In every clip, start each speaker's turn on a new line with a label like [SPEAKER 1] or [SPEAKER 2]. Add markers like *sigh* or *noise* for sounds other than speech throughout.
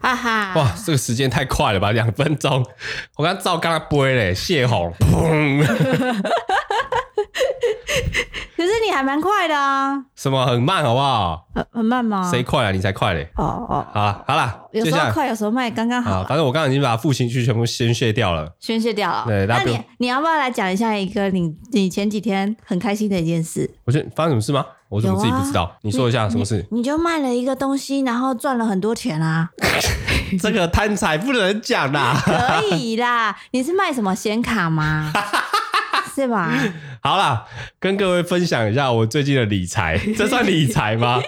[SPEAKER 1] 哈哈！
[SPEAKER 2] 哇，这个时间太快了吧， *laughs* 两分钟。我刚照刚刚播嘞，泄洪，砰！ *laughs*
[SPEAKER 1] 可是你还蛮快的啊，
[SPEAKER 2] 什么很慢好不好？
[SPEAKER 1] 很很慢吗？
[SPEAKER 2] 谁快了？你才快嘞！
[SPEAKER 1] 哦哦，
[SPEAKER 2] 好啦好啦，
[SPEAKER 1] 有
[SPEAKER 2] 接
[SPEAKER 1] 时
[SPEAKER 2] 下
[SPEAKER 1] 候
[SPEAKER 2] 来
[SPEAKER 1] 快，有时候慢，刚刚好
[SPEAKER 2] 好，
[SPEAKER 1] 啦。
[SPEAKER 2] 反正我刚刚已经把负情绪全部宣泄掉了。
[SPEAKER 1] 宣泄掉了。
[SPEAKER 2] 对大
[SPEAKER 1] 那
[SPEAKER 2] 家不
[SPEAKER 1] 你
[SPEAKER 2] 用
[SPEAKER 1] 你要不要来讲一下一个你你前几天很开心的一件事？
[SPEAKER 2] 我觉得发生什么事吗？我怎么
[SPEAKER 1] 有啊
[SPEAKER 2] 自己不知道？你说一下什么
[SPEAKER 1] *laughs*
[SPEAKER 2] 事？
[SPEAKER 1] 你就卖了一个东西，然后赚了很多钱啊！
[SPEAKER 2] 这个贪财不能讲啊啦。
[SPEAKER 1] 可以
[SPEAKER 2] *laughs*
[SPEAKER 1] 啦，你是卖什么显卡吗？是吧？
[SPEAKER 2] 好啦，跟各位分享一下我最近的
[SPEAKER 1] *laughs*
[SPEAKER 2] 理财，这算理财吗？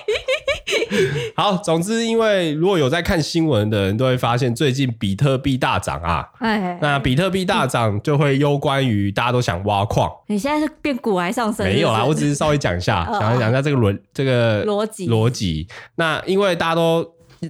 [SPEAKER 2] 好，总之，因为如果有在看新闻的人都会发现，最近比特币大涨啊。
[SPEAKER 1] 哎，
[SPEAKER 2] *laughs* 那比特币大涨就会攸关于大家都想挖矿，
[SPEAKER 1] 你现在是变骨癌上升？
[SPEAKER 2] 没有啦，
[SPEAKER 1] 是不
[SPEAKER 2] 我
[SPEAKER 1] 是
[SPEAKER 2] 只是稍微讲一下，
[SPEAKER 1] *laughs* 哦
[SPEAKER 2] 讲一讲一下这个轮这个
[SPEAKER 1] 逻辑
[SPEAKER 2] 逻辑。那因为大家都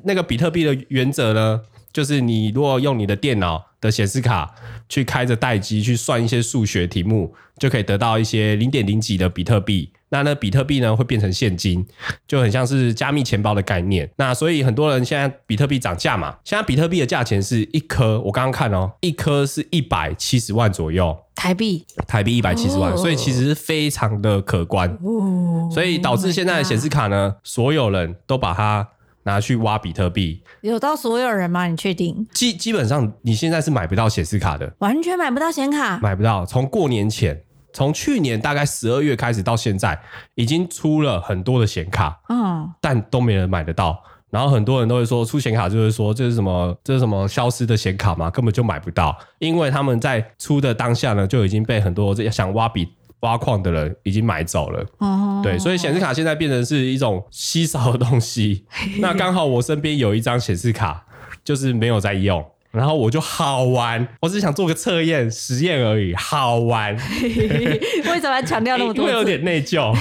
[SPEAKER 2] 那个比特币的原则呢，就是你如果用你的电脑的显示卡去开着待机去算一些数学题目，就可以得到一些零点零几的比特币。那那比特币呢会变成现金，就很像是加密钱包的概念。那所以很多人现在比特币涨价嘛，现在比特币的价钱是一颗，我刚刚看哦，一颗是一百七十万左右。
[SPEAKER 1] 台币
[SPEAKER 2] 台币一百七十万，
[SPEAKER 1] 哦
[SPEAKER 2] 所以其实是非常的可观，
[SPEAKER 1] 哦，
[SPEAKER 2] 所以导致现在的显示卡呢，所有人都把它拿去挖比特币，
[SPEAKER 1] 有到所有人吗？你确定？
[SPEAKER 2] 基基本上你现在是买不到显示卡的，
[SPEAKER 1] 完全买不到显卡，
[SPEAKER 2] 买不到。从过年前，从去年大概十二月开始到现在，已经出了很多的显卡，
[SPEAKER 1] 嗯，
[SPEAKER 2] 但都没人买得到。然后很多人都会说出显卡，就是说这是什么，这是什么消失的显卡嘛，根本就买不到，因为他们在出的当下呢，就已经被很多这想挖比挖矿的人已经买走了。
[SPEAKER 1] 哦，
[SPEAKER 2] 对，所以显示卡现在变成是一种稀少的东西。
[SPEAKER 1] *laughs*
[SPEAKER 2] 那刚好我身边有一张显示卡，就是没有在用，然后我就好玩，我只想做个测验实验而已，好玩，
[SPEAKER 1] *laughs* 为什么要强调那么
[SPEAKER 2] *laughs* 因
[SPEAKER 1] 多
[SPEAKER 2] 为有
[SPEAKER 1] 次？
[SPEAKER 2] 点内疚。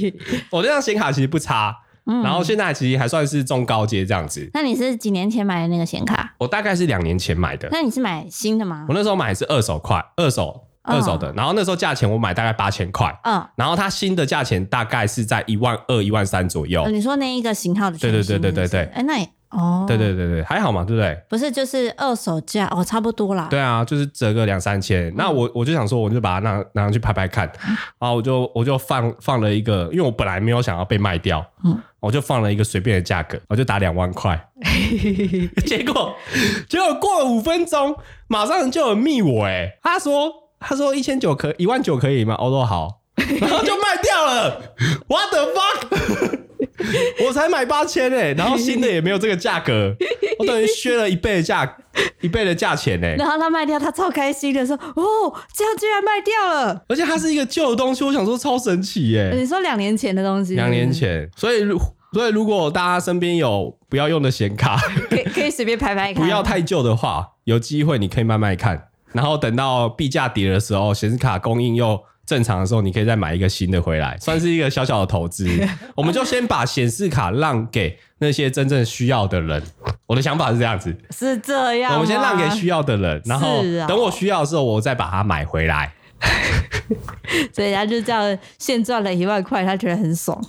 [SPEAKER 1] *laughs*
[SPEAKER 2] 我这张显卡其实不差，
[SPEAKER 1] 嗯
[SPEAKER 2] 然后现在其实还算是中高阶这样子。
[SPEAKER 1] *laughs* 那你是几年前买的那个显卡？
[SPEAKER 2] 我大概是两年前买的，
[SPEAKER 1] 那你是买新的吗
[SPEAKER 2] 我？那时候买是二手块，二手
[SPEAKER 1] 嗯
[SPEAKER 2] 二手的，然后那时候价钱我买大概八千块，
[SPEAKER 1] 嗯，
[SPEAKER 2] 然后它新的价钱大概是在一万二、一万三左右
[SPEAKER 1] 哦。你说那一个型号的全新的
[SPEAKER 2] 对对对对对
[SPEAKER 1] 是不是哎，那也哦，
[SPEAKER 2] 对对对对，还好嘛，对不对？
[SPEAKER 1] 不是，就是二手价哦，差不多啦。嗯
[SPEAKER 2] 对啊，就是折个两三千。那我我就想说，我就把它拿拿上去拍拍看，然后我就我就放放了一个，因为我本来没有想要被卖掉，
[SPEAKER 1] 嗯
[SPEAKER 2] 我就放了一个随便的价格，我就打两万
[SPEAKER 1] *laughs*
[SPEAKER 2] 块。结果结果过了五分钟，马上就有人密我、欸，他说他说一千九可一万九可以吗？我说
[SPEAKER 1] *laughs*
[SPEAKER 2] 好，然后就卖掉了。What the fuck！我才买八千哎，然后新的也没有这个价格，我等于削了一倍的价，一倍的价钱哎、
[SPEAKER 1] 然后他卖掉，他超开心的说：“哦，这样居然卖掉了
[SPEAKER 2] 而且它是一个旧的东西，我想说超神奇！”耶、
[SPEAKER 1] 你说两年前的东西，
[SPEAKER 2] 两年前，所以如所以如果大家身边有不要用的
[SPEAKER 1] *laughs*
[SPEAKER 2] 显卡，
[SPEAKER 1] 可以可以随便拍拍看，
[SPEAKER 2] 不要太旧的话，有机会你可以慢慢看，然后等到币价跌的时候，显示卡供应又正常的时候，你可以再买一个新的回来，算是一个小小的
[SPEAKER 1] *laughs*
[SPEAKER 2] 投资。我们就先把显示卡让给那些真正需要的人。我的想法是这样子，
[SPEAKER 1] 是这样吗。啊
[SPEAKER 2] 我们先让给需要的人，然后
[SPEAKER 1] 是啊
[SPEAKER 2] 等我需要的时候，我再把它买回来。
[SPEAKER 1] 所以他就这样现赚了一万块，他觉得很
[SPEAKER 2] *laughs*
[SPEAKER 1] 爽，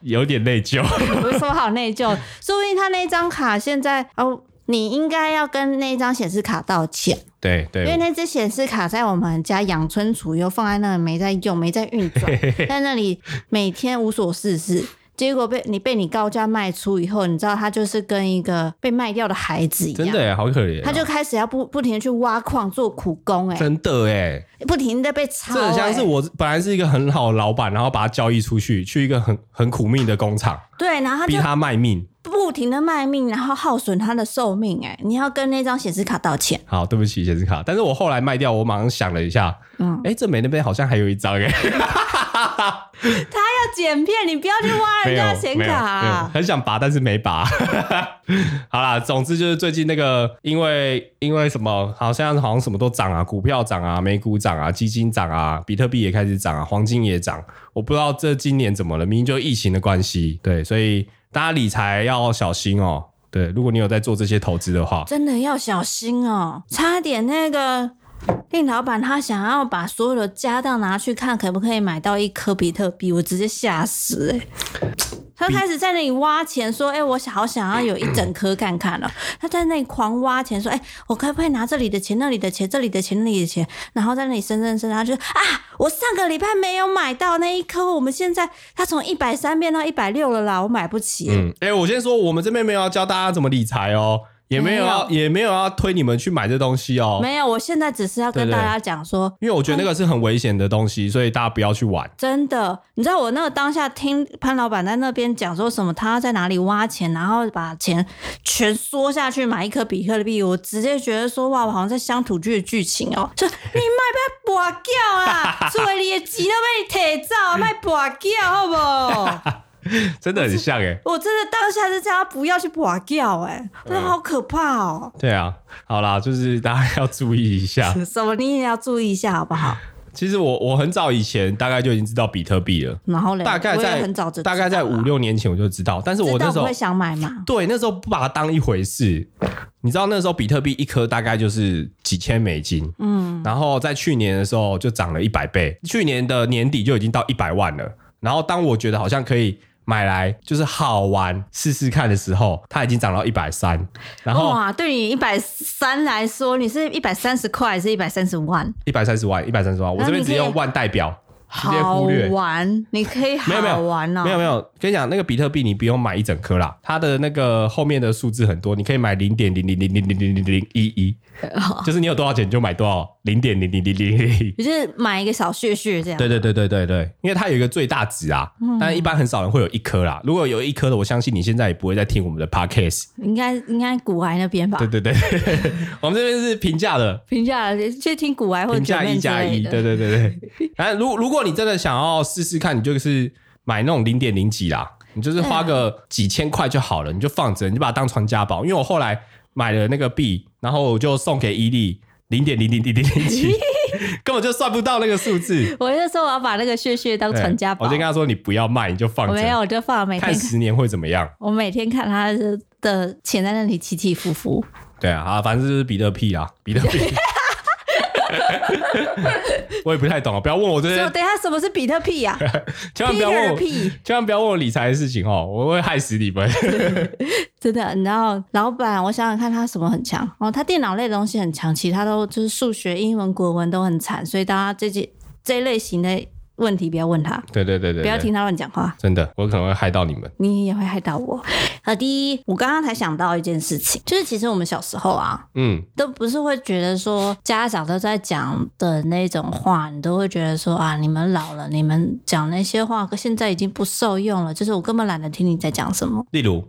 [SPEAKER 2] 有点内
[SPEAKER 1] *laughs*
[SPEAKER 2] 疚，
[SPEAKER 1] 有什么好内疚？说不定他那张卡现在哦。你应该要跟那张显示卡道歉，
[SPEAKER 2] 对
[SPEAKER 1] 因
[SPEAKER 2] 对，
[SPEAKER 1] 为那只显示卡在我们家养春储又放在那里没在用，没在运
[SPEAKER 2] *laughs*
[SPEAKER 1] 转，在那里每天无所事事。结果被你被你高价卖出以后，你知道他就是跟一个被卖掉的孩子一
[SPEAKER 2] 真
[SPEAKER 1] 样
[SPEAKER 2] 的，耶好可怜哦、
[SPEAKER 1] 他就开始要不不停的去挖矿做苦工、哎，
[SPEAKER 2] 真的哎，
[SPEAKER 1] 不停的被抄、
[SPEAKER 2] 这很像
[SPEAKER 1] 哎
[SPEAKER 2] 是我本来是一个很好的老板，然后把他交易出去，去一个很很苦命的工厂，
[SPEAKER 1] 啊对，然后他
[SPEAKER 2] 逼
[SPEAKER 1] 就
[SPEAKER 2] 他卖命。
[SPEAKER 1] 不停的卖命，然后耗损他的寿命、哎，你要跟那张显示卡道
[SPEAKER 2] *laughs*
[SPEAKER 1] 歉，
[SPEAKER 2] 好，对不起，显示卡。但是我后来卖掉，我马上想了一下，
[SPEAKER 1] 嗯，
[SPEAKER 2] 哎，这美那边好像还有一张哎，
[SPEAKER 1] 要剪片，你不要去挖
[SPEAKER 2] 没
[SPEAKER 1] *laughs* 人
[SPEAKER 2] 有
[SPEAKER 1] 家显
[SPEAKER 2] 没有
[SPEAKER 1] 卡、啊
[SPEAKER 2] 没有很想拔，但是没拔。 *laughs* 好啦，总之就是最近那个，因为因为什么，好像好像什么都涨啊，股票涨啊，美股涨啊，基金涨啊，比特币也开始涨啊，黄金也涨。我不知道这今年怎么了，明明就疫情的关系，对，所以大家理财要小心哦。对，如果你有在做这些投资的话，
[SPEAKER 1] 真的要小心哦！差点那个令老板他想要把所有的家当拿去看，可不可以买到一颗比特币，我直接吓死哎、欸他就开始在那里挖钱，说：“哎、我想好想要有一整颗看看哦。”他在那里狂挖钱，说：“哎、我可不可以拿这里的钱、那里的钱、这里的钱、那里的钱？”然后在那里生生生，他就啊，我上个礼拜没有买到那一颗，我们现在它从一百三变到一百六了啦，我买不起。欸
[SPEAKER 2] 嗯，哎、我先说，我们这边没有要教大家怎么理财哦，也没有要也没有要推你们去买这东西哦，
[SPEAKER 1] 没有，我现在只是要跟
[SPEAKER 2] 对对
[SPEAKER 1] 大家讲说，
[SPEAKER 2] 因为我觉得那个是很危险的东西，所以大家不要去玩。
[SPEAKER 1] 真的，你知道我那个当下听潘老板在那边讲说什么，他要在哪里挖钱，然后把钱全缩下去买一颗比特币，我直接觉得说哇，我好像在乡土剧的剧情哦、 *laughs* 就你卖不要跋掉啊，作为你的钱都被你铁走，卖跋掉好不好？
[SPEAKER 2] 真的很像哎、
[SPEAKER 1] 我真的当下是叫他不要去跋掉、欸，哎，真的好可怕哦、
[SPEAKER 2] 对啊，好啦，就是大家要注意
[SPEAKER 1] *laughs*
[SPEAKER 2] 一下。
[SPEAKER 1] 什么你也要注意一下好不好？
[SPEAKER 2] 其实我我很早以前大概就已经知道比特币了，
[SPEAKER 1] 然后嘞，
[SPEAKER 2] 大概
[SPEAKER 1] 我
[SPEAKER 2] 在
[SPEAKER 1] 也很早就
[SPEAKER 2] 大概在
[SPEAKER 1] 知道
[SPEAKER 2] 五
[SPEAKER 1] 了
[SPEAKER 2] 六年前我就知道，但是我
[SPEAKER 1] 知
[SPEAKER 2] 那
[SPEAKER 1] 道
[SPEAKER 2] 时
[SPEAKER 1] 不
[SPEAKER 2] 候
[SPEAKER 1] 会想买嘛，
[SPEAKER 2] 对那时候不把它当一回事。你知道那时候比特币一颗大概就是几千美金，嗯，然后在去年的时候就涨了一百倍，去年的年底就已经到一百万了。然后当我觉得好像可以买来就是好玩试试看的时候，它已经涨到一百三，然后
[SPEAKER 1] 哇，对你一百三来说，你是一百三十块，还是一百三十万，
[SPEAKER 2] 一百三十万，一百三十万，我
[SPEAKER 1] 那
[SPEAKER 2] 这边
[SPEAKER 1] 你
[SPEAKER 2] 直接
[SPEAKER 1] 可以
[SPEAKER 2] 用万代表，直接
[SPEAKER 1] 好
[SPEAKER 2] 忽略。
[SPEAKER 1] 玩，你可以
[SPEAKER 2] 没有没有
[SPEAKER 1] 好玩哦，
[SPEAKER 2] 没有没有，跟你讲，那个比特币你不用买一整颗啦，它的那个后面的数字很多，你可以买零点零零零零零零零零一一，
[SPEAKER 1] 呃哦
[SPEAKER 2] 就是你有多少钱你就买多少零点零零零零
[SPEAKER 1] *laughs*
[SPEAKER 2] 零一。
[SPEAKER 1] 你就是买一个小屑屑这样，
[SPEAKER 2] 对对对对对对，因为它有一个最大值啊，
[SPEAKER 1] 嗯
[SPEAKER 2] 但一般很少人会有一颗啦。如果有一颗的，我相信你现在也不会再听我们的 podcast。
[SPEAKER 1] 应该应该古玩那边吧
[SPEAKER 2] 对，对对， *laughs* 我们这边是评价的，
[SPEAKER 1] 评价去听古玩或者
[SPEAKER 2] 评价
[SPEAKER 1] 九妹
[SPEAKER 2] 一
[SPEAKER 1] 之
[SPEAKER 2] 加
[SPEAKER 1] 类
[SPEAKER 2] 一，
[SPEAKER 1] 的
[SPEAKER 2] 对对对 *laughs* 对。然后，如如果你真的想要试试看，你就是买那种零点零几啦，你就是花个几千块就好了，你就放着，你就把它当传家宝。因为我后来买了那个币，然后我就送给伊利零点零零零零零 *laughs* 几，根本就算不到那个数字。哎
[SPEAKER 1] 我就说我要把那个屑屑当传家宝，
[SPEAKER 2] 我就跟
[SPEAKER 1] 我
[SPEAKER 2] 他说你不要卖，你就放
[SPEAKER 1] 没有，
[SPEAKER 2] 着，
[SPEAKER 1] 我就放每天
[SPEAKER 2] 看
[SPEAKER 1] 看，
[SPEAKER 2] 十年会怎么样。
[SPEAKER 1] 我每天看他的钱在那里起起伏伏，
[SPEAKER 2] 对啊，啊，反正就是比特币啦，比特币。 *laughs* 我也不太懂，啊不要问我这
[SPEAKER 1] 所以
[SPEAKER 2] 些
[SPEAKER 1] 我，等一下什么是比特币啊呀？
[SPEAKER 2] 千 *laughs* 万不要问我
[SPEAKER 1] Peter 屁
[SPEAKER 2] 千万不要问我理财的事情哦，我会害死
[SPEAKER 1] *laughs*
[SPEAKER 2] 你们。
[SPEAKER 1] 真的，你知道，老板，我想想看他什么很强哦，他电脑类的东西很强，其他都就是数学、英文、国文都很惨，所以大家这些这一类型的问题不要问他，
[SPEAKER 2] 对对对对，
[SPEAKER 1] 不要
[SPEAKER 2] 对
[SPEAKER 1] 听，他乱讲话，
[SPEAKER 2] 真的，我可能会害到你们。
[SPEAKER 1] 你也会害到我。呃，第一，我刚刚才想到一件事情，就是其实我们小时候啊，
[SPEAKER 2] 嗯，
[SPEAKER 1] 都不是会觉得说家长都在讲的那种话，你都会觉得说啊，你们老了，你们讲那些话，可现在已经不受用了，就是我根本懒得听你在讲什么。
[SPEAKER 2] 例如，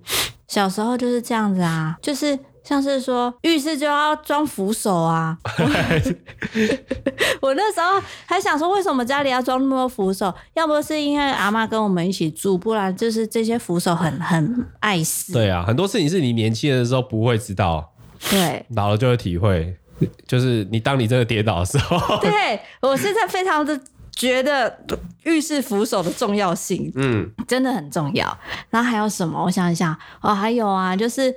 [SPEAKER 1] 小时候就是这样子啊，就是像是说浴室就要装扶手啊。我我那时候还想说，为什么家里要装那么多扶手？要不是因为阿妈跟我们一起住，不然就是这些扶手很很碍事。
[SPEAKER 2] 对啊，很多事情是你年轻的时候不会知道，
[SPEAKER 1] 对。
[SPEAKER 2] 老了就会体会。就是你当你真的跌倒的时候，
[SPEAKER 1] 对，我现在非常的觉得浴室扶手的重要性，
[SPEAKER 2] 嗯，
[SPEAKER 1] 真的很重要。然后还有什么？我想一想，哦，还有啊，就是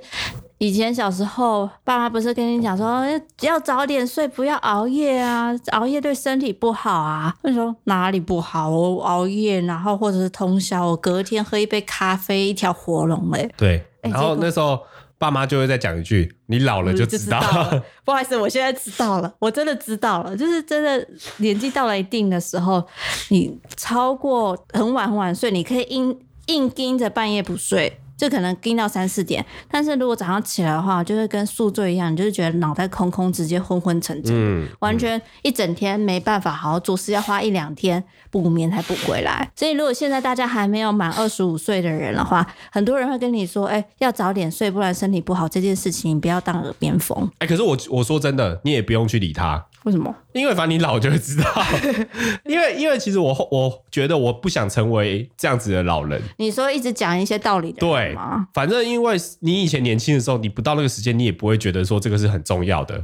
[SPEAKER 1] 以前小时候，爸妈不是跟你讲说哎要早点睡，不要熬夜啊，熬夜对身体不好啊。为什么哪里不好？我熬夜，然后或者是通宵，我隔天喝一杯咖啡，一条火龙、欸，
[SPEAKER 2] 对。
[SPEAKER 1] 哎
[SPEAKER 2] 然后
[SPEAKER 1] 结果
[SPEAKER 2] 那时候爸妈就会再讲一句：“你老了嗯就知道。
[SPEAKER 1] 了。不好意思，我现在知道了，我真的知道了，就是真的年纪到了一定的时候，你超过很晚很晚睡，你可以硬硬盯着半夜不睡。就可能盯到三四点，但是如果早上起来的话，就会跟宿醉一样，你就是觉得脑袋空空，直接昏昏沉沉，
[SPEAKER 2] *laughs* 嗯，
[SPEAKER 1] 完全一整天没办法好好做事，要花一两天补眠才补回来。所以，如果现在大家还没有满二十五岁的人的话，很多人会跟你说：“哎、要早点睡，不然身体不好。”这件事情你不要当耳边风。
[SPEAKER 2] 哎、可是我我说真的，你也不用去理他，
[SPEAKER 1] 为什么？
[SPEAKER 2] 因为反正你老就会知道。
[SPEAKER 1] *laughs*
[SPEAKER 2] 因为因为其实我后我觉得我不想成为这样子的老人，
[SPEAKER 1] 你说一直讲一些道理的人
[SPEAKER 2] 对
[SPEAKER 1] 吗？，
[SPEAKER 2] 反正因为你以前年轻的时候，你不到那个时间，你也不会觉得说这个是很重要的。
[SPEAKER 1] 啊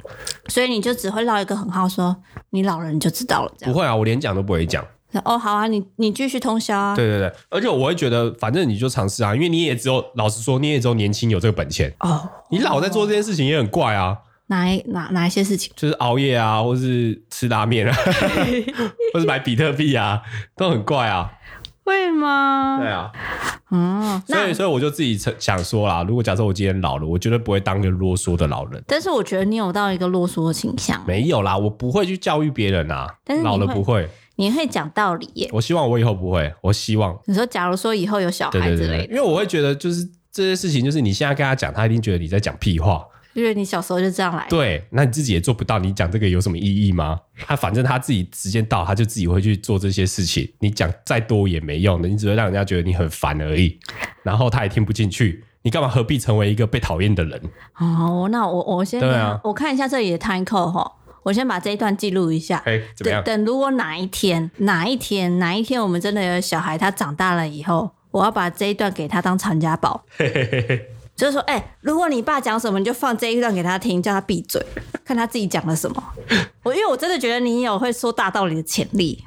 [SPEAKER 1] 所以你就只会绕一个很好说：“你老了你就知道了。”这
[SPEAKER 2] 不
[SPEAKER 1] 样
[SPEAKER 2] 会啊，我连讲都不会讲。
[SPEAKER 1] 哦，好啊，你你继续通宵啊。
[SPEAKER 2] 对对对，而且我会觉得，反正你就尝试啊，因为你也只有老实说，你也只有年轻有这个本钱。
[SPEAKER 1] 哦，
[SPEAKER 2] 你老在做这件事情也很怪啊，
[SPEAKER 1] 哪一哪哪一些事情？
[SPEAKER 2] 就是熬夜
[SPEAKER 1] *laughs*
[SPEAKER 2] 啊，或是吃拉面啊，或是买比特币啊，都很怪啊。
[SPEAKER 1] 会吗？
[SPEAKER 2] 对啊，
[SPEAKER 1] 嗯哦，
[SPEAKER 2] 所
[SPEAKER 1] 那
[SPEAKER 2] 以所以我就自己想说啦，如果假设我今天老了，我绝对不会当个啰嗦的老人。
[SPEAKER 1] 但是我觉得你有到一个啰嗦的倾向，
[SPEAKER 2] 没有啦，我不会去教育别人啊
[SPEAKER 1] 但是，你
[SPEAKER 2] 老了
[SPEAKER 1] 会
[SPEAKER 2] 不会。
[SPEAKER 1] 你会讲道理耶。
[SPEAKER 2] 我希望我以后不会，我希望
[SPEAKER 1] 你说，假如说以后有小
[SPEAKER 2] 对
[SPEAKER 1] 孩
[SPEAKER 2] 对
[SPEAKER 1] 之类
[SPEAKER 2] 对对，
[SPEAKER 1] 的，
[SPEAKER 2] 因为我会觉得就是这些事情，就是你现在跟他讲，他一定觉得你在讲屁话。
[SPEAKER 1] 因为你小时候就这样来的，
[SPEAKER 2] 对，那你自己也做不到，你讲这个有什么意义吗？他反正他自己时间到，他就自己会去做这些事情，你讲再多也没用的，你只会让人家觉得你很烦而已，然后他也听不进去。你干嘛何必成为一个被讨厌的人？
[SPEAKER 1] 哦，那我我先
[SPEAKER 2] 对啊
[SPEAKER 1] 我看一下这里的 time code 哈，我先把这一段记录一下。
[SPEAKER 2] 哎，怎么
[SPEAKER 1] 等
[SPEAKER 2] 样？
[SPEAKER 1] 等，如果哪一天哪一天哪一天我们真的有小孩，他长大了以后，我要把这一段给他当传家宝。就是说，哎、如果你爸讲什么，你就放这一段给他听，叫他闭嘴，看他自己讲了什
[SPEAKER 2] *laughs*
[SPEAKER 1] 么。我因为我真的觉得你有会说大道理的潜力，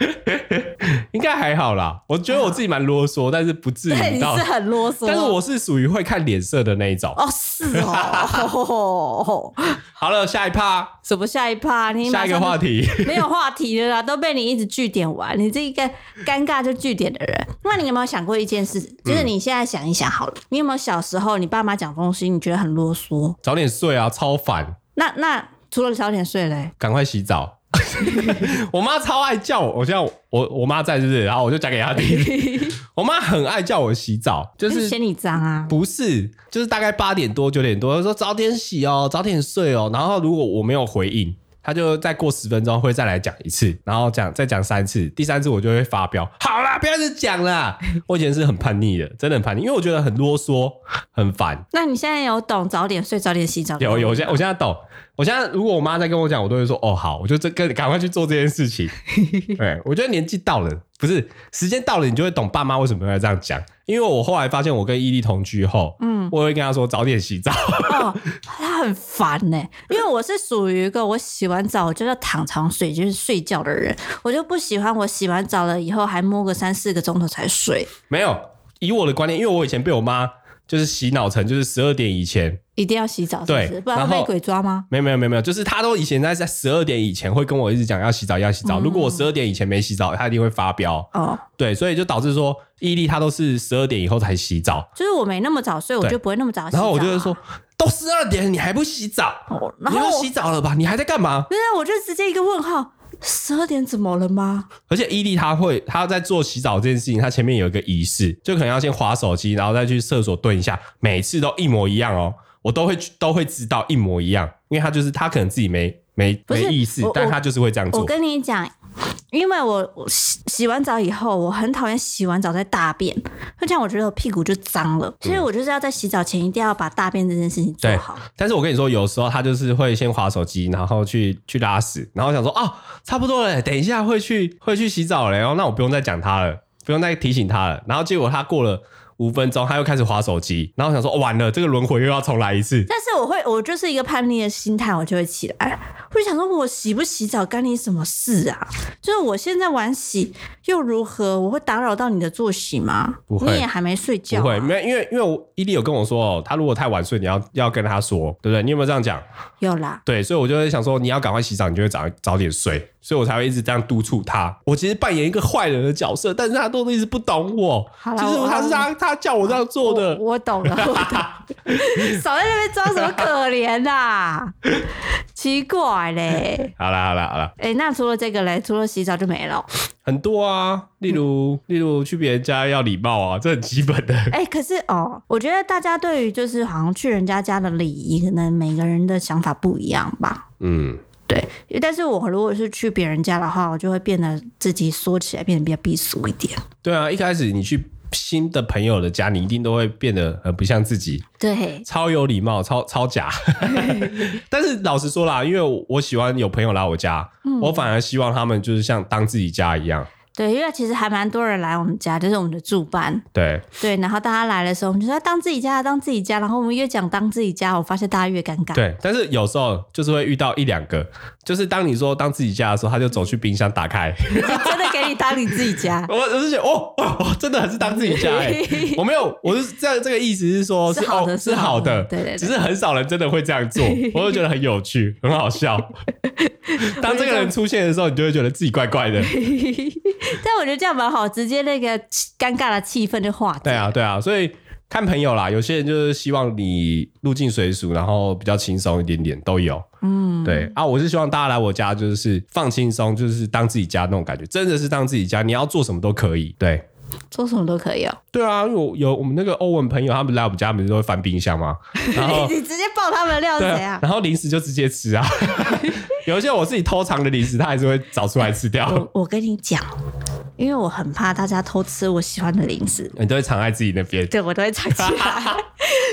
[SPEAKER 2] 应该还好啦，我觉得我自己蛮啰嗦，但是不至
[SPEAKER 1] 对，*laughs*
[SPEAKER 2] 于
[SPEAKER 1] 你
[SPEAKER 2] 到
[SPEAKER 1] 是。很啰嗦。
[SPEAKER 2] 但是我是属于会看脸色的那一种。
[SPEAKER 1] 哦， *laughs* 是
[SPEAKER 2] *laughs*
[SPEAKER 1] 哦，
[SPEAKER 2] 好了，下一趴，
[SPEAKER 1] 什么下一趴？你
[SPEAKER 2] 下
[SPEAKER 1] 马
[SPEAKER 2] 一个
[SPEAKER 1] 上就
[SPEAKER 2] 话题。
[SPEAKER 1] 没有话题了啦，都被你一直据点完，你这一个尴尬就据点的人。那你有没有想过一件事？就是你现在想一想好了，你有没有小时候你爸妈讲东西，你觉得很啰嗦？
[SPEAKER 2] 早点睡啊，超烦，
[SPEAKER 1] 那那除了早点睡嘞，
[SPEAKER 2] 赶快洗澡。我妈超爱叫我，我现在我我妈在是不是？然后我就讲给她听，我妈很爱叫我洗澡，就
[SPEAKER 1] 就是
[SPEAKER 2] 是
[SPEAKER 1] 嫌你脏啊。
[SPEAKER 2] 不是，就是大概八点多九点多，她说早点洗哦，早点睡哦。然后如果我没有回应，她就再过十分钟会再来讲一次，然后讲再讲三次，第三次我就会发飙。好啦，不要再讲啦。我以前是很叛逆的，真的很叛逆，因为我觉得很啰嗦，很烦。
[SPEAKER 1] 那你现在有懂早点睡、早点洗澡？
[SPEAKER 2] *laughs* 有有，我现在我现在懂。我现在如果我妈在跟我讲，我都会说哦好，我就这跟赶快去做这件事情。对，我觉得年纪到了，不是时间到了，你就会懂爸妈为什么要这样讲。因为我后来发现，我跟伊利同居后，嗯，我会跟她说早点洗澡。 *laughs*
[SPEAKER 1] 哦，他很烦呢、因为我是属于一个我洗完澡我就要躺床睡，就是睡觉的人，我就不喜欢我洗完澡了以后还摸个三四个钟头才睡，
[SPEAKER 2] 没有，以我的观念，因为我以前被我妈就是洗脑成就是十二点以前，
[SPEAKER 1] 一定要洗澡，是不
[SPEAKER 2] 对
[SPEAKER 1] 是？不然
[SPEAKER 2] 然
[SPEAKER 1] 会
[SPEAKER 2] 后
[SPEAKER 1] 被鬼抓吗？
[SPEAKER 2] 没有没有没有没有，就是她都以前在在十二点以前会跟我一直讲要洗澡要洗澡。如果我十二点以前没洗澡，她一定会发飙。
[SPEAKER 1] 哦，
[SPEAKER 2] 对，所以就导致说伊利她都是十二点以后才洗澡。
[SPEAKER 1] 就是我没那么早睡，我
[SPEAKER 2] 对
[SPEAKER 1] 就不会那么早洗澡、
[SPEAKER 2] 然
[SPEAKER 1] 啊。
[SPEAKER 2] 后我就会说，都十二点了你还不洗澡，
[SPEAKER 1] 哦，然
[SPEAKER 2] 你
[SPEAKER 1] 后
[SPEAKER 2] 要
[SPEAKER 1] 我
[SPEAKER 2] 洗澡了吧？你还在干嘛？
[SPEAKER 1] 对啊，我就直接一个问号：十二点怎么了吗？
[SPEAKER 2] 而且伊利他会，他在做洗澡这件事情，他前面有一个仪式，就可能要先划手机，然后再去厕所蹲一下，每次都一模一样哦，我都会都会知道一模一样，因为他就是他可能自己没没
[SPEAKER 1] 不是
[SPEAKER 2] 没意识
[SPEAKER 1] 我，
[SPEAKER 2] 但他就是会这样
[SPEAKER 1] 我
[SPEAKER 2] 做。
[SPEAKER 1] 跟你讲，因为我我洗洗完澡以后，我很讨厌洗完澡再大便，就这样我觉得我屁股就脏了，所以我就是要在洗澡前一定要把大便这件事情做
[SPEAKER 2] 嗯对
[SPEAKER 1] 好。
[SPEAKER 2] 但是我跟你说，有时候他就是会先划手机，然后去去拉屎，然后想说啊、差不多了，等一下会去会去洗澡了，然后那我不用再讲他了，不用再提醒他了。然后结果他过了五分钟，他又开始划手机，然后想说、哦完了，这个轮回又要重来一次。
[SPEAKER 1] 但是我会，我就是一个叛逆的心态，我就会起来，我就想说，我洗不洗澡干你什么事啊？就是我现在晚洗又如何？我会打扰到你的作息吗？
[SPEAKER 2] 不会
[SPEAKER 1] 你也还没睡觉、啊，
[SPEAKER 2] 不会，没有因为因为我伊利有跟我说哦，他如果太晚睡，你要要跟他说，对不对？你有没有这样讲？
[SPEAKER 1] 有啦。
[SPEAKER 2] 对，所以我就会想说，你要赶快洗澡，你就会早早点睡，所以我才会一直这样督促他。我其实扮演一个坏人的角色，但是他都一直不懂我，
[SPEAKER 1] 好啦
[SPEAKER 2] 就是
[SPEAKER 1] 我
[SPEAKER 2] 他是他他叫我这样做的。
[SPEAKER 1] 我我懂
[SPEAKER 2] *laughs*
[SPEAKER 1] 了，我懂。少在那边装什么可怜啦、奇怪
[SPEAKER 2] *laughs*
[SPEAKER 1] 嘞。
[SPEAKER 2] 好啦好啦好啦，
[SPEAKER 1] 哎、那除了这个嘞，除了洗澡就没了。
[SPEAKER 2] 很多啊，例如、例如去别人家要礼貌啊，这很基本的。
[SPEAKER 1] 哎、可是哦，我觉得大家对于就是好像去人家家的礼仪，可能每个人的想法不一样吧。
[SPEAKER 2] 嗯，
[SPEAKER 1] 对，但是我如果是去别人家的话，我就会变得自己缩起来，变得比较避俗一点。
[SPEAKER 2] 对啊，一开始你去新的朋友的家，你一定都会变得很不像自己，
[SPEAKER 1] 对，
[SPEAKER 2] 超有礼貌，超超
[SPEAKER 1] *laughs*
[SPEAKER 2] 假。但是老实说啦，因为我我喜欢有朋友来我家，
[SPEAKER 1] 嗯
[SPEAKER 2] 我反而希望他们就是像当自己家一样。
[SPEAKER 1] 对，因为其实还蛮多人来我们家，就是我们的住班，
[SPEAKER 2] 对，
[SPEAKER 1] 对，然后大家来的时候，我们就说啊当自己家，当自己家。然后我们越讲当自己家，我发现大家越尴尬。
[SPEAKER 2] 对，但是有时候就是会遇到一两个，就是当你说当自己家的时候，他就走去冰箱打开，，
[SPEAKER 1] *laughs* 真的给你当你自己家
[SPEAKER 2] 我我是觉得哦，哦哦真的很是当自己
[SPEAKER 1] *laughs*
[SPEAKER 2] 家哎、我没有，我是这样这个意思是说，
[SPEAKER 1] 是
[SPEAKER 2] 是
[SPEAKER 1] 好的
[SPEAKER 2] 哦、
[SPEAKER 1] 是
[SPEAKER 2] 是
[SPEAKER 1] 好
[SPEAKER 2] 好
[SPEAKER 1] 的
[SPEAKER 2] 的，
[SPEAKER 1] 对对对
[SPEAKER 2] 只是很少人真的会这样
[SPEAKER 1] *laughs*
[SPEAKER 2] 做，我就觉得很有趣，很好笑。当这个人出现的时候，你就会觉得自己怪怪的，
[SPEAKER 1] 但我觉得这样蛮好，直接那个气尴尬的气氛就化解。
[SPEAKER 2] 对啊，对啊，所以看朋友啦，有些人就是希望你入境随俗，然后比较轻松一点点，都有。嗯，对啊，我是希望大家来我家就是放轻松，就是当自己家那种感觉，真的是当自己家，你要做什么都可以。对，
[SPEAKER 1] 做什么都可以哦、
[SPEAKER 2] 对啊，因为我有我们那个欧文朋友，他们来我们家，不是都会翻冰箱 *laughs* 吗？然
[SPEAKER 1] *laughs*
[SPEAKER 2] 后
[SPEAKER 1] 你你直接爆他们的料是
[SPEAKER 2] 对
[SPEAKER 1] 谁啊？
[SPEAKER 2] 然后零食就直接吃 *laughs* 啊。有一些我自己偷藏的零食，他还是会找出来吃掉。 *laughs*
[SPEAKER 1] 我我跟你讲，因为我很怕大家偷吃我喜欢的零食，
[SPEAKER 2] 你都会藏在自己那边。
[SPEAKER 1] 对我都会藏起来，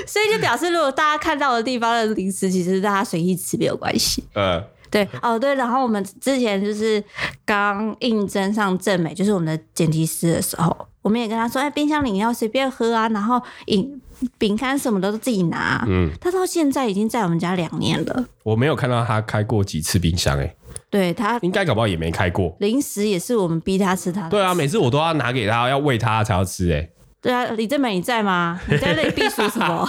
[SPEAKER 1] 所以就表示如果大家看到的地方的零食，其实大家随意吃没有关系。
[SPEAKER 2] 呃，
[SPEAKER 1] 对，哦对，然后我们之前就是刚应征上正美，就是我们的剪辑师的时候，我们也跟他说，哎，冰箱里饮料随便喝啊，然后饮饼干什么的都自己拿。
[SPEAKER 2] 嗯，
[SPEAKER 1] 他到现在已经在我们家两年了，
[SPEAKER 2] 我没有看到他开过几次冰箱、欸，
[SPEAKER 1] 对他
[SPEAKER 2] 应该搞不好也没开过。
[SPEAKER 1] 零食也是我们逼他吃他的。
[SPEAKER 2] 对啊，每次我都要拿给他，要喂他才要吃、欸，
[SPEAKER 1] 对啊，李正美你在
[SPEAKER 2] *laughs*
[SPEAKER 1] 吗？你在那里避暑什么？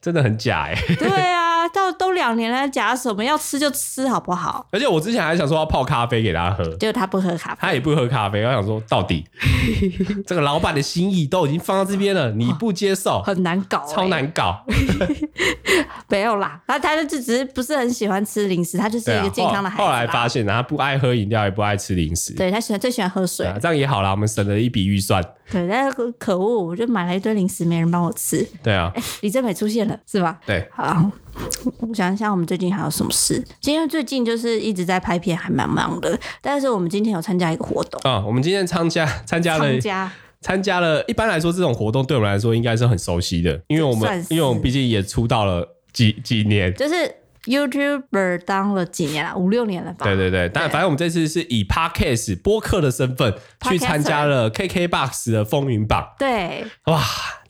[SPEAKER 2] 真的很假哎、欸 *laughs*
[SPEAKER 1] 对啊，到都两年了，假什么？要吃就吃好不好？
[SPEAKER 2] 而且我之前还想说要泡咖啡给他喝，
[SPEAKER 1] 结果他不喝咖啡，
[SPEAKER 2] 他也不喝咖啡，我想说
[SPEAKER 1] *laughs*
[SPEAKER 2] 到底这个老板的心意都已经放到这边了，你不接受，
[SPEAKER 1] 很难搞、欸，
[SPEAKER 2] 超。难搞。
[SPEAKER 1] 没有啦，他他就只是不是很喜欢吃零食，他就是
[SPEAKER 2] 对
[SPEAKER 1] 一
[SPEAKER 2] 啊
[SPEAKER 1] 个健康的孩子
[SPEAKER 2] 后
[SPEAKER 1] 啦、
[SPEAKER 2] 后来发现他不爱喝饮料，也不爱吃零食。
[SPEAKER 1] 对他喜欢最喜欢喝水
[SPEAKER 2] 对，啊，这样也好啦，我们省了一笔预算。
[SPEAKER 1] 对，但是可恶，我就买了一堆零食，没人帮我吃。
[SPEAKER 2] 对啊，
[SPEAKER 1] 哎，李正美出现了，是吧？
[SPEAKER 2] 对，
[SPEAKER 1] 好，我想一下，我们最近还有什么事？今天最近就是一直在拍片，还蛮忙的。但是我们今天有参加一个活动，
[SPEAKER 2] 啊、我们今天参加参加了
[SPEAKER 1] 参加
[SPEAKER 2] 参加了，一般来说这种活动对我们来说应该是很熟悉的，因为我
[SPEAKER 1] 算
[SPEAKER 2] 们
[SPEAKER 1] 是
[SPEAKER 2] 因为我们毕竟也出道了几几年，
[SPEAKER 1] 就是 YouTuber 当了几年了，啊五六年了吧？
[SPEAKER 2] 对对对，但反正我们这次是以 podcast 播客的身份去
[SPEAKER 1] Podcaster
[SPEAKER 2] 参加了 KKBox 的风云榜，
[SPEAKER 1] 对，
[SPEAKER 2] 哇！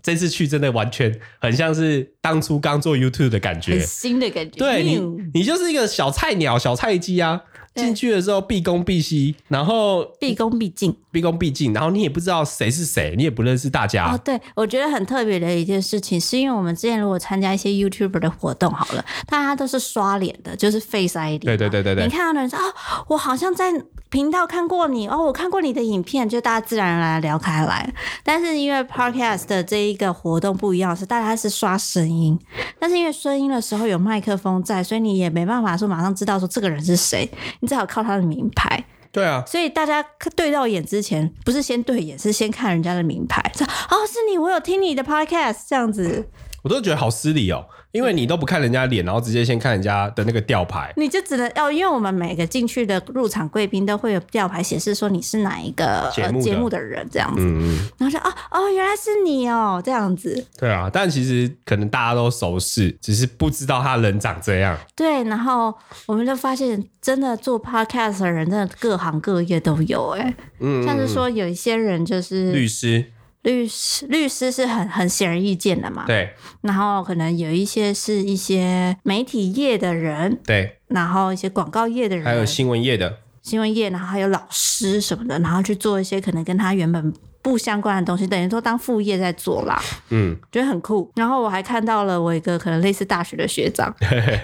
[SPEAKER 2] 这次去真的完全很像是当初刚做 YouTube 的感
[SPEAKER 1] 很
[SPEAKER 2] 觉，
[SPEAKER 1] 新的感觉。
[SPEAKER 2] 对你
[SPEAKER 1] 嗯，
[SPEAKER 2] 你就是一个小菜鸟、小菜鸡啊！
[SPEAKER 1] 对
[SPEAKER 2] 进去的时候毕恭毕西，然后
[SPEAKER 1] 毕恭毕敬
[SPEAKER 2] 毕恭毕敬，然后你也不知道谁是谁，你也不认识大家，
[SPEAKER 1] 哦，对，我觉得很特别的一件事情，是因为我们之前如果参加一些 YouTuber 的活动，好了，大家都是刷脸的，就是 Face ID 嘛。
[SPEAKER 2] 对对对对对
[SPEAKER 1] 啊你看到的人说哦，我好像在频道看过你，哦，我看过你的影片，就大家自然而然地聊开来。但是因为 Podcast 的这一个活动不一样，是大家是刷声音，但是因为声音的时候有麦克风在，所以你也没办法说马上知道说这个人是谁，你只好靠他的名牌。
[SPEAKER 2] 对啊，
[SPEAKER 1] 所以大家看对到眼之前，不是先对眼，是先看人家的名牌，说哦是你，我有听你的 podcast 这样子，
[SPEAKER 2] 我都觉得好失礼哦，因为你都不看人家脸，然后直接先看人家的那个吊牌，
[SPEAKER 1] 你就只能哦，因为我们每个进去的入场贵宾都会有吊牌显示说你是哪一个
[SPEAKER 2] 节目的
[SPEAKER 1] 呃节目的人这样子，
[SPEAKER 2] 嗯嗯，
[SPEAKER 1] 然后说哦哦原来是你哦这样子，
[SPEAKER 2] 对啊，但其实可能大家都熟识，只是不知道他人长这样，
[SPEAKER 1] 对，然后我们就发现真的做 podcast 的人真的各行各业都有哎、
[SPEAKER 2] 嗯，
[SPEAKER 1] 像是说有一些人就是
[SPEAKER 2] 律师，
[SPEAKER 1] 律师，律师是很很显而易见的嘛，
[SPEAKER 2] 对
[SPEAKER 1] 然后可能有一些是一些媒体业的人，
[SPEAKER 2] 对，
[SPEAKER 1] 然后一些广告业的人，
[SPEAKER 2] 还有新闻业的，
[SPEAKER 1] 新闻业，然后还有老师什么的，然后去做一些可能跟他原本不相关的东西，等于说当副业在做啦，
[SPEAKER 2] 嗯，
[SPEAKER 1] 觉得很酷。然后我还看到了我一个可能类似大学的学
[SPEAKER 2] *laughs*
[SPEAKER 1] 长，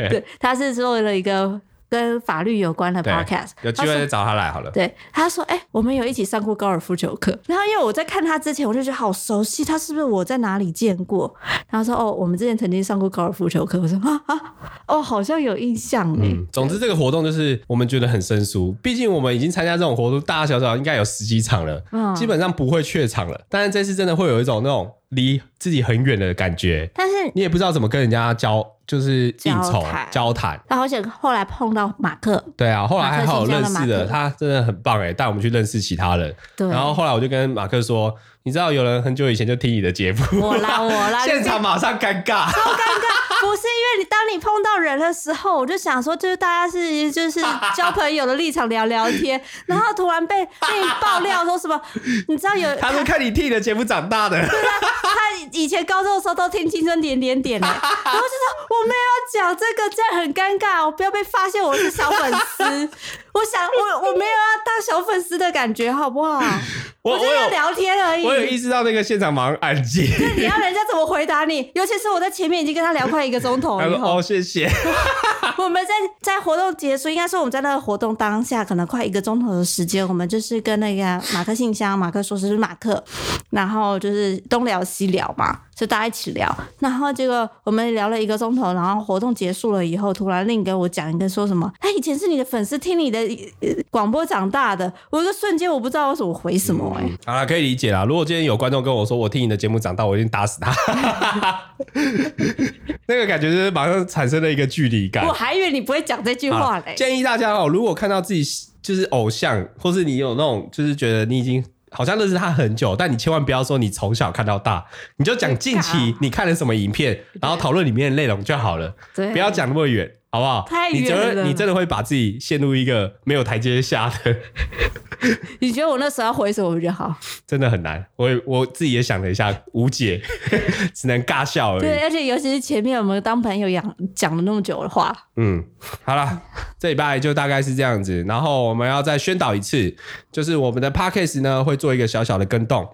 [SPEAKER 1] 对，他是做了一个跟法律有关的
[SPEAKER 2] 对
[SPEAKER 1] podcast，
[SPEAKER 2] 有机
[SPEAKER 1] 他
[SPEAKER 2] 会
[SPEAKER 1] 说
[SPEAKER 2] 再找他来好了。
[SPEAKER 1] 对，他说：“哎、我们有一起上过高尔夫球课。”然后因为我在看他之前，我就觉得好熟悉，他是不是我在哪里见过？然后说：“哦，我们之前曾经上过高尔夫球课。”我说：“啊啊，哦，好像有印象哎。
[SPEAKER 2] 嗯，总之这个活动就是我们觉得很生疏，毕竟我们已经参加这种活动，大大小小应该有十几场了，
[SPEAKER 1] 嗯
[SPEAKER 2] 基本上不会怯场了。但是这次真的会有一种那种离自己很远的感觉，
[SPEAKER 1] 但是
[SPEAKER 2] 你也不知道怎么跟人家交，就是应酬
[SPEAKER 1] 交谈
[SPEAKER 2] 交谈。
[SPEAKER 1] 他好险后来碰到马克，
[SPEAKER 2] 对啊，后来还好有认
[SPEAKER 1] 马
[SPEAKER 2] 识
[SPEAKER 1] 克信箱的
[SPEAKER 2] 的，
[SPEAKER 1] 马克
[SPEAKER 2] 他真的很棒哎，带我们去认识其他人。
[SPEAKER 1] 对，
[SPEAKER 2] 然后后来我就跟马克说，你知道有人很久以前就听你的节目，
[SPEAKER 1] 我啦
[SPEAKER 2] *laughs*
[SPEAKER 1] 我啦，
[SPEAKER 2] 现
[SPEAKER 1] 就是
[SPEAKER 2] 场马上尴
[SPEAKER 1] *laughs*
[SPEAKER 2] 尬。
[SPEAKER 1] 不是因为你当你碰到人的时候，我就想说，就是大家是就是交朋友的立场聊聊天，然后突然被被你爆料说什么，你知道有
[SPEAKER 2] 他们看你听你的节目长大的，
[SPEAKER 1] 他以前高中的时候都听青春点点
[SPEAKER 2] *laughs*
[SPEAKER 1] 点的，然后就说我没有讲这个，这样很尴尬，我不要被发现我是小粉丝。我想我我没有要当小粉丝的感觉，好不好？
[SPEAKER 2] 我
[SPEAKER 1] 我就
[SPEAKER 2] 我
[SPEAKER 1] 要
[SPEAKER 2] 有
[SPEAKER 1] 聊天而已。
[SPEAKER 2] 我有意识到那个现场马上安
[SPEAKER 1] *laughs*
[SPEAKER 2] 静。
[SPEAKER 1] 你要哦人家怎么回答你？尤其是我在前面已经跟他聊快一个钟头
[SPEAKER 2] 他
[SPEAKER 1] 以
[SPEAKER 2] 说：“
[SPEAKER 1] *laughs* 后，
[SPEAKER 2] 哦，谢谢。
[SPEAKER 1] 我没们在在活动结束，应该说我们在那个活动当下，可能快一个钟头的时间，我们就是跟那个马克信箱、马克说是马克，然后就是东聊西聊嘛，就大家一起聊。然后结果我们聊了一个钟头，然后活动结束了以后，突然令给我讲一个说什么，他以前是你的粉丝，听你的呃广播长大的，我一个瞬间我不知道我怎么回什么哎、欸
[SPEAKER 2] 好啦，可以理解啦。如果今天有观众跟我说我听你的节目长大，我一定打死他，
[SPEAKER 1] *laughs*
[SPEAKER 2] 那个感觉就是马上产生了一个距离感
[SPEAKER 1] 我。还以为你不会讲这句
[SPEAKER 2] 好
[SPEAKER 1] 话
[SPEAKER 2] 啦
[SPEAKER 1] 嘞。
[SPEAKER 2] 建议大家哦，如果看到自己就是偶像，或是你有那种就是觉得你已经好像认识他很久，但你千万不要说你从小看到大，你就讲近期
[SPEAKER 1] 啊
[SPEAKER 2] 你看了什么影片，然后讨论里面的内容就好了，
[SPEAKER 1] 对，
[SPEAKER 2] 不要讲那么远。好不好？
[SPEAKER 1] 太
[SPEAKER 2] 你真
[SPEAKER 1] 远
[SPEAKER 2] 的
[SPEAKER 1] 了
[SPEAKER 2] 你真的会把自己陷入一个没有台阶下的，
[SPEAKER 1] 你觉得我那时候要回什么比较好？
[SPEAKER 2] 真的很难。我也我自己也想了一下，无解， *laughs* 只能尬笑而已。
[SPEAKER 1] 对，而且尤其是前面我们当朋友养讲了那么久的话，
[SPEAKER 2] 嗯，好啦，这礼拜就大概是这样子。然后我们要再宣导一次，就是我们的 podcast 呢会做一个小小的跟动。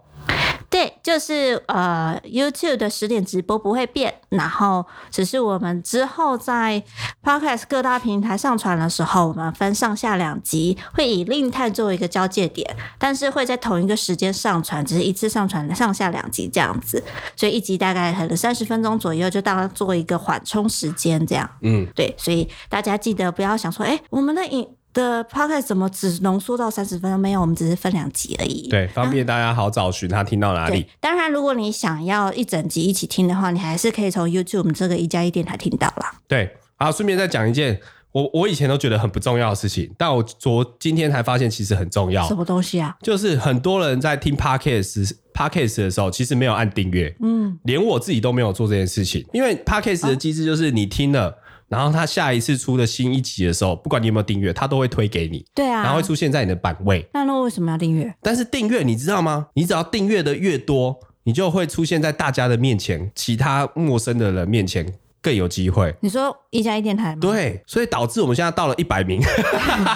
[SPEAKER 1] 对，就是呃，YouTube 的十点直播不会变，然后只是我们之后在 Podcast 各大平台上传的时候，我们分上下两集，会以另探作为一个交界点，但是会在同一个时间上传，只是一次上传上下两集这样子，所以一集大概可能三十分钟左右，就当做一个缓冲时间这样。
[SPEAKER 2] 嗯，
[SPEAKER 1] 对，所以大家记得不要想说，哎、我们的影的 podcast 怎么只浓缩到三十分钟？没有，我们只是分两集而已。
[SPEAKER 2] 对，方便大家好找寻他听到哪
[SPEAKER 1] 对
[SPEAKER 2] 里。，
[SPEAKER 1] 当然，如果你想要一整集一起听的话，你还是可以从 YouTube 这个一加一电台听到啦。
[SPEAKER 2] 对，好，顺便再讲一件我我以前都觉得很不重要的事情，但我昨今天才发现其实很重要
[SPEAKER 1] 什。么东西啊？
[SPEAKER 2] 就是很多人在听 podcast podcast 的时候，其实没有按订阅，
[SPEAKER 1] 嗯，
[SPEAKER 2] 连我自己都没有做这件事情，因为 podcast 的机制就是你听了，然后他下一次出的新一集的时候，不管你有没有订阅，他都会推给你。
[SPEAKER 1] 对啊。
[SPEAKER 2] 然后会出现在你的版位。
[SPEAKER 1] 那那为什么要订阅？
[SPEAKER 2] 但是订阅你知道吗？你只要订阅的越多，你就会出现在大家的面前，其他陌生的人面前更有机会。
[SPEAKER 1] 你说一加一电台吗？，
[SPEAKER 2] 对，啊所以导致我们现在到了一百名。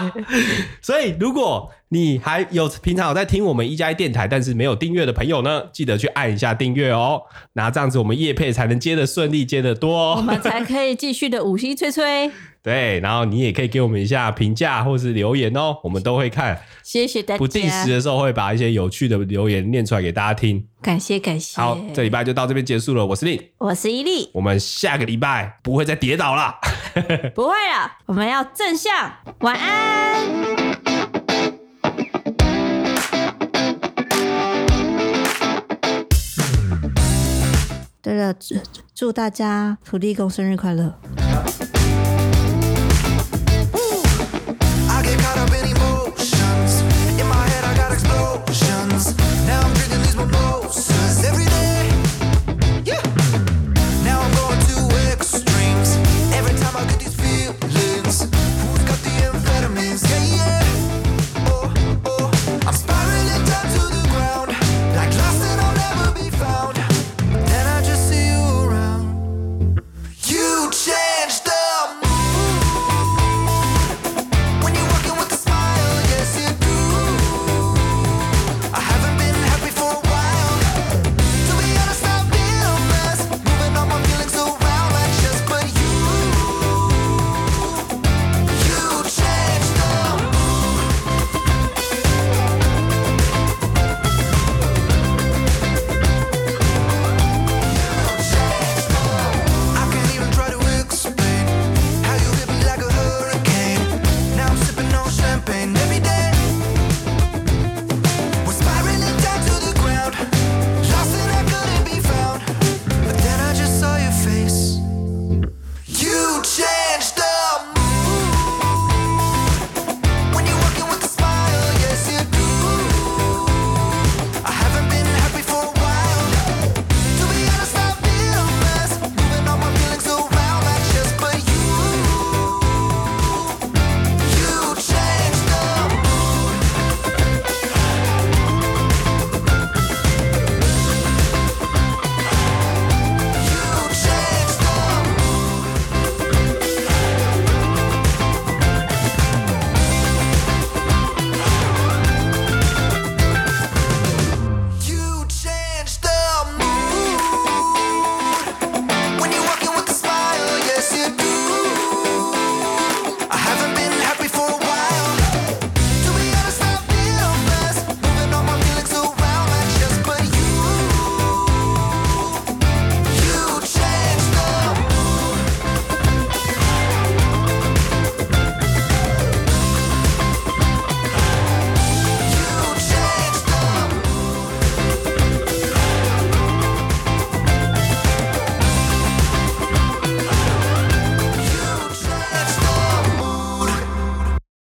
[SPEAKER 2] *laughs* 所以如果你还有平常有在听我们一加一电台，但是没有订阅的朋友呢，记得去按一下订阅哦。那这样子我们业配才能接得顺利，接得多、
[SPEAKER 1] 我
[SPEAKER 2] 哦。
[SPEAKER 1] 们才可以继续的五星吹
[SPEAKER 2] *laughs*
[SPEAKER 1] 吹，
[SPEAKER 2] 对，然后你也可以给我们一下评价或是留言哦，我们都会看。
[SPEAKER 1] 谢谢大
[SPEAKER 2] 不定时
[SPEAKER 1] 家，
[SPEAKER 2] 的时候会把一些有趣的留言念出来给大家听。
[SPEAKER 1] 感谢感谢。
[SPEAKER 2] 好，这礼拜就到这边结束了。我是令，
[SPEAKER 1] 我是伊利，
[SPEAKER 2] 我们下个礼拜不会再跌倒啦。
[SPEAKER 1] 不会了，我们要正向，晚安。对了，祝祝大家土地公生日快乐！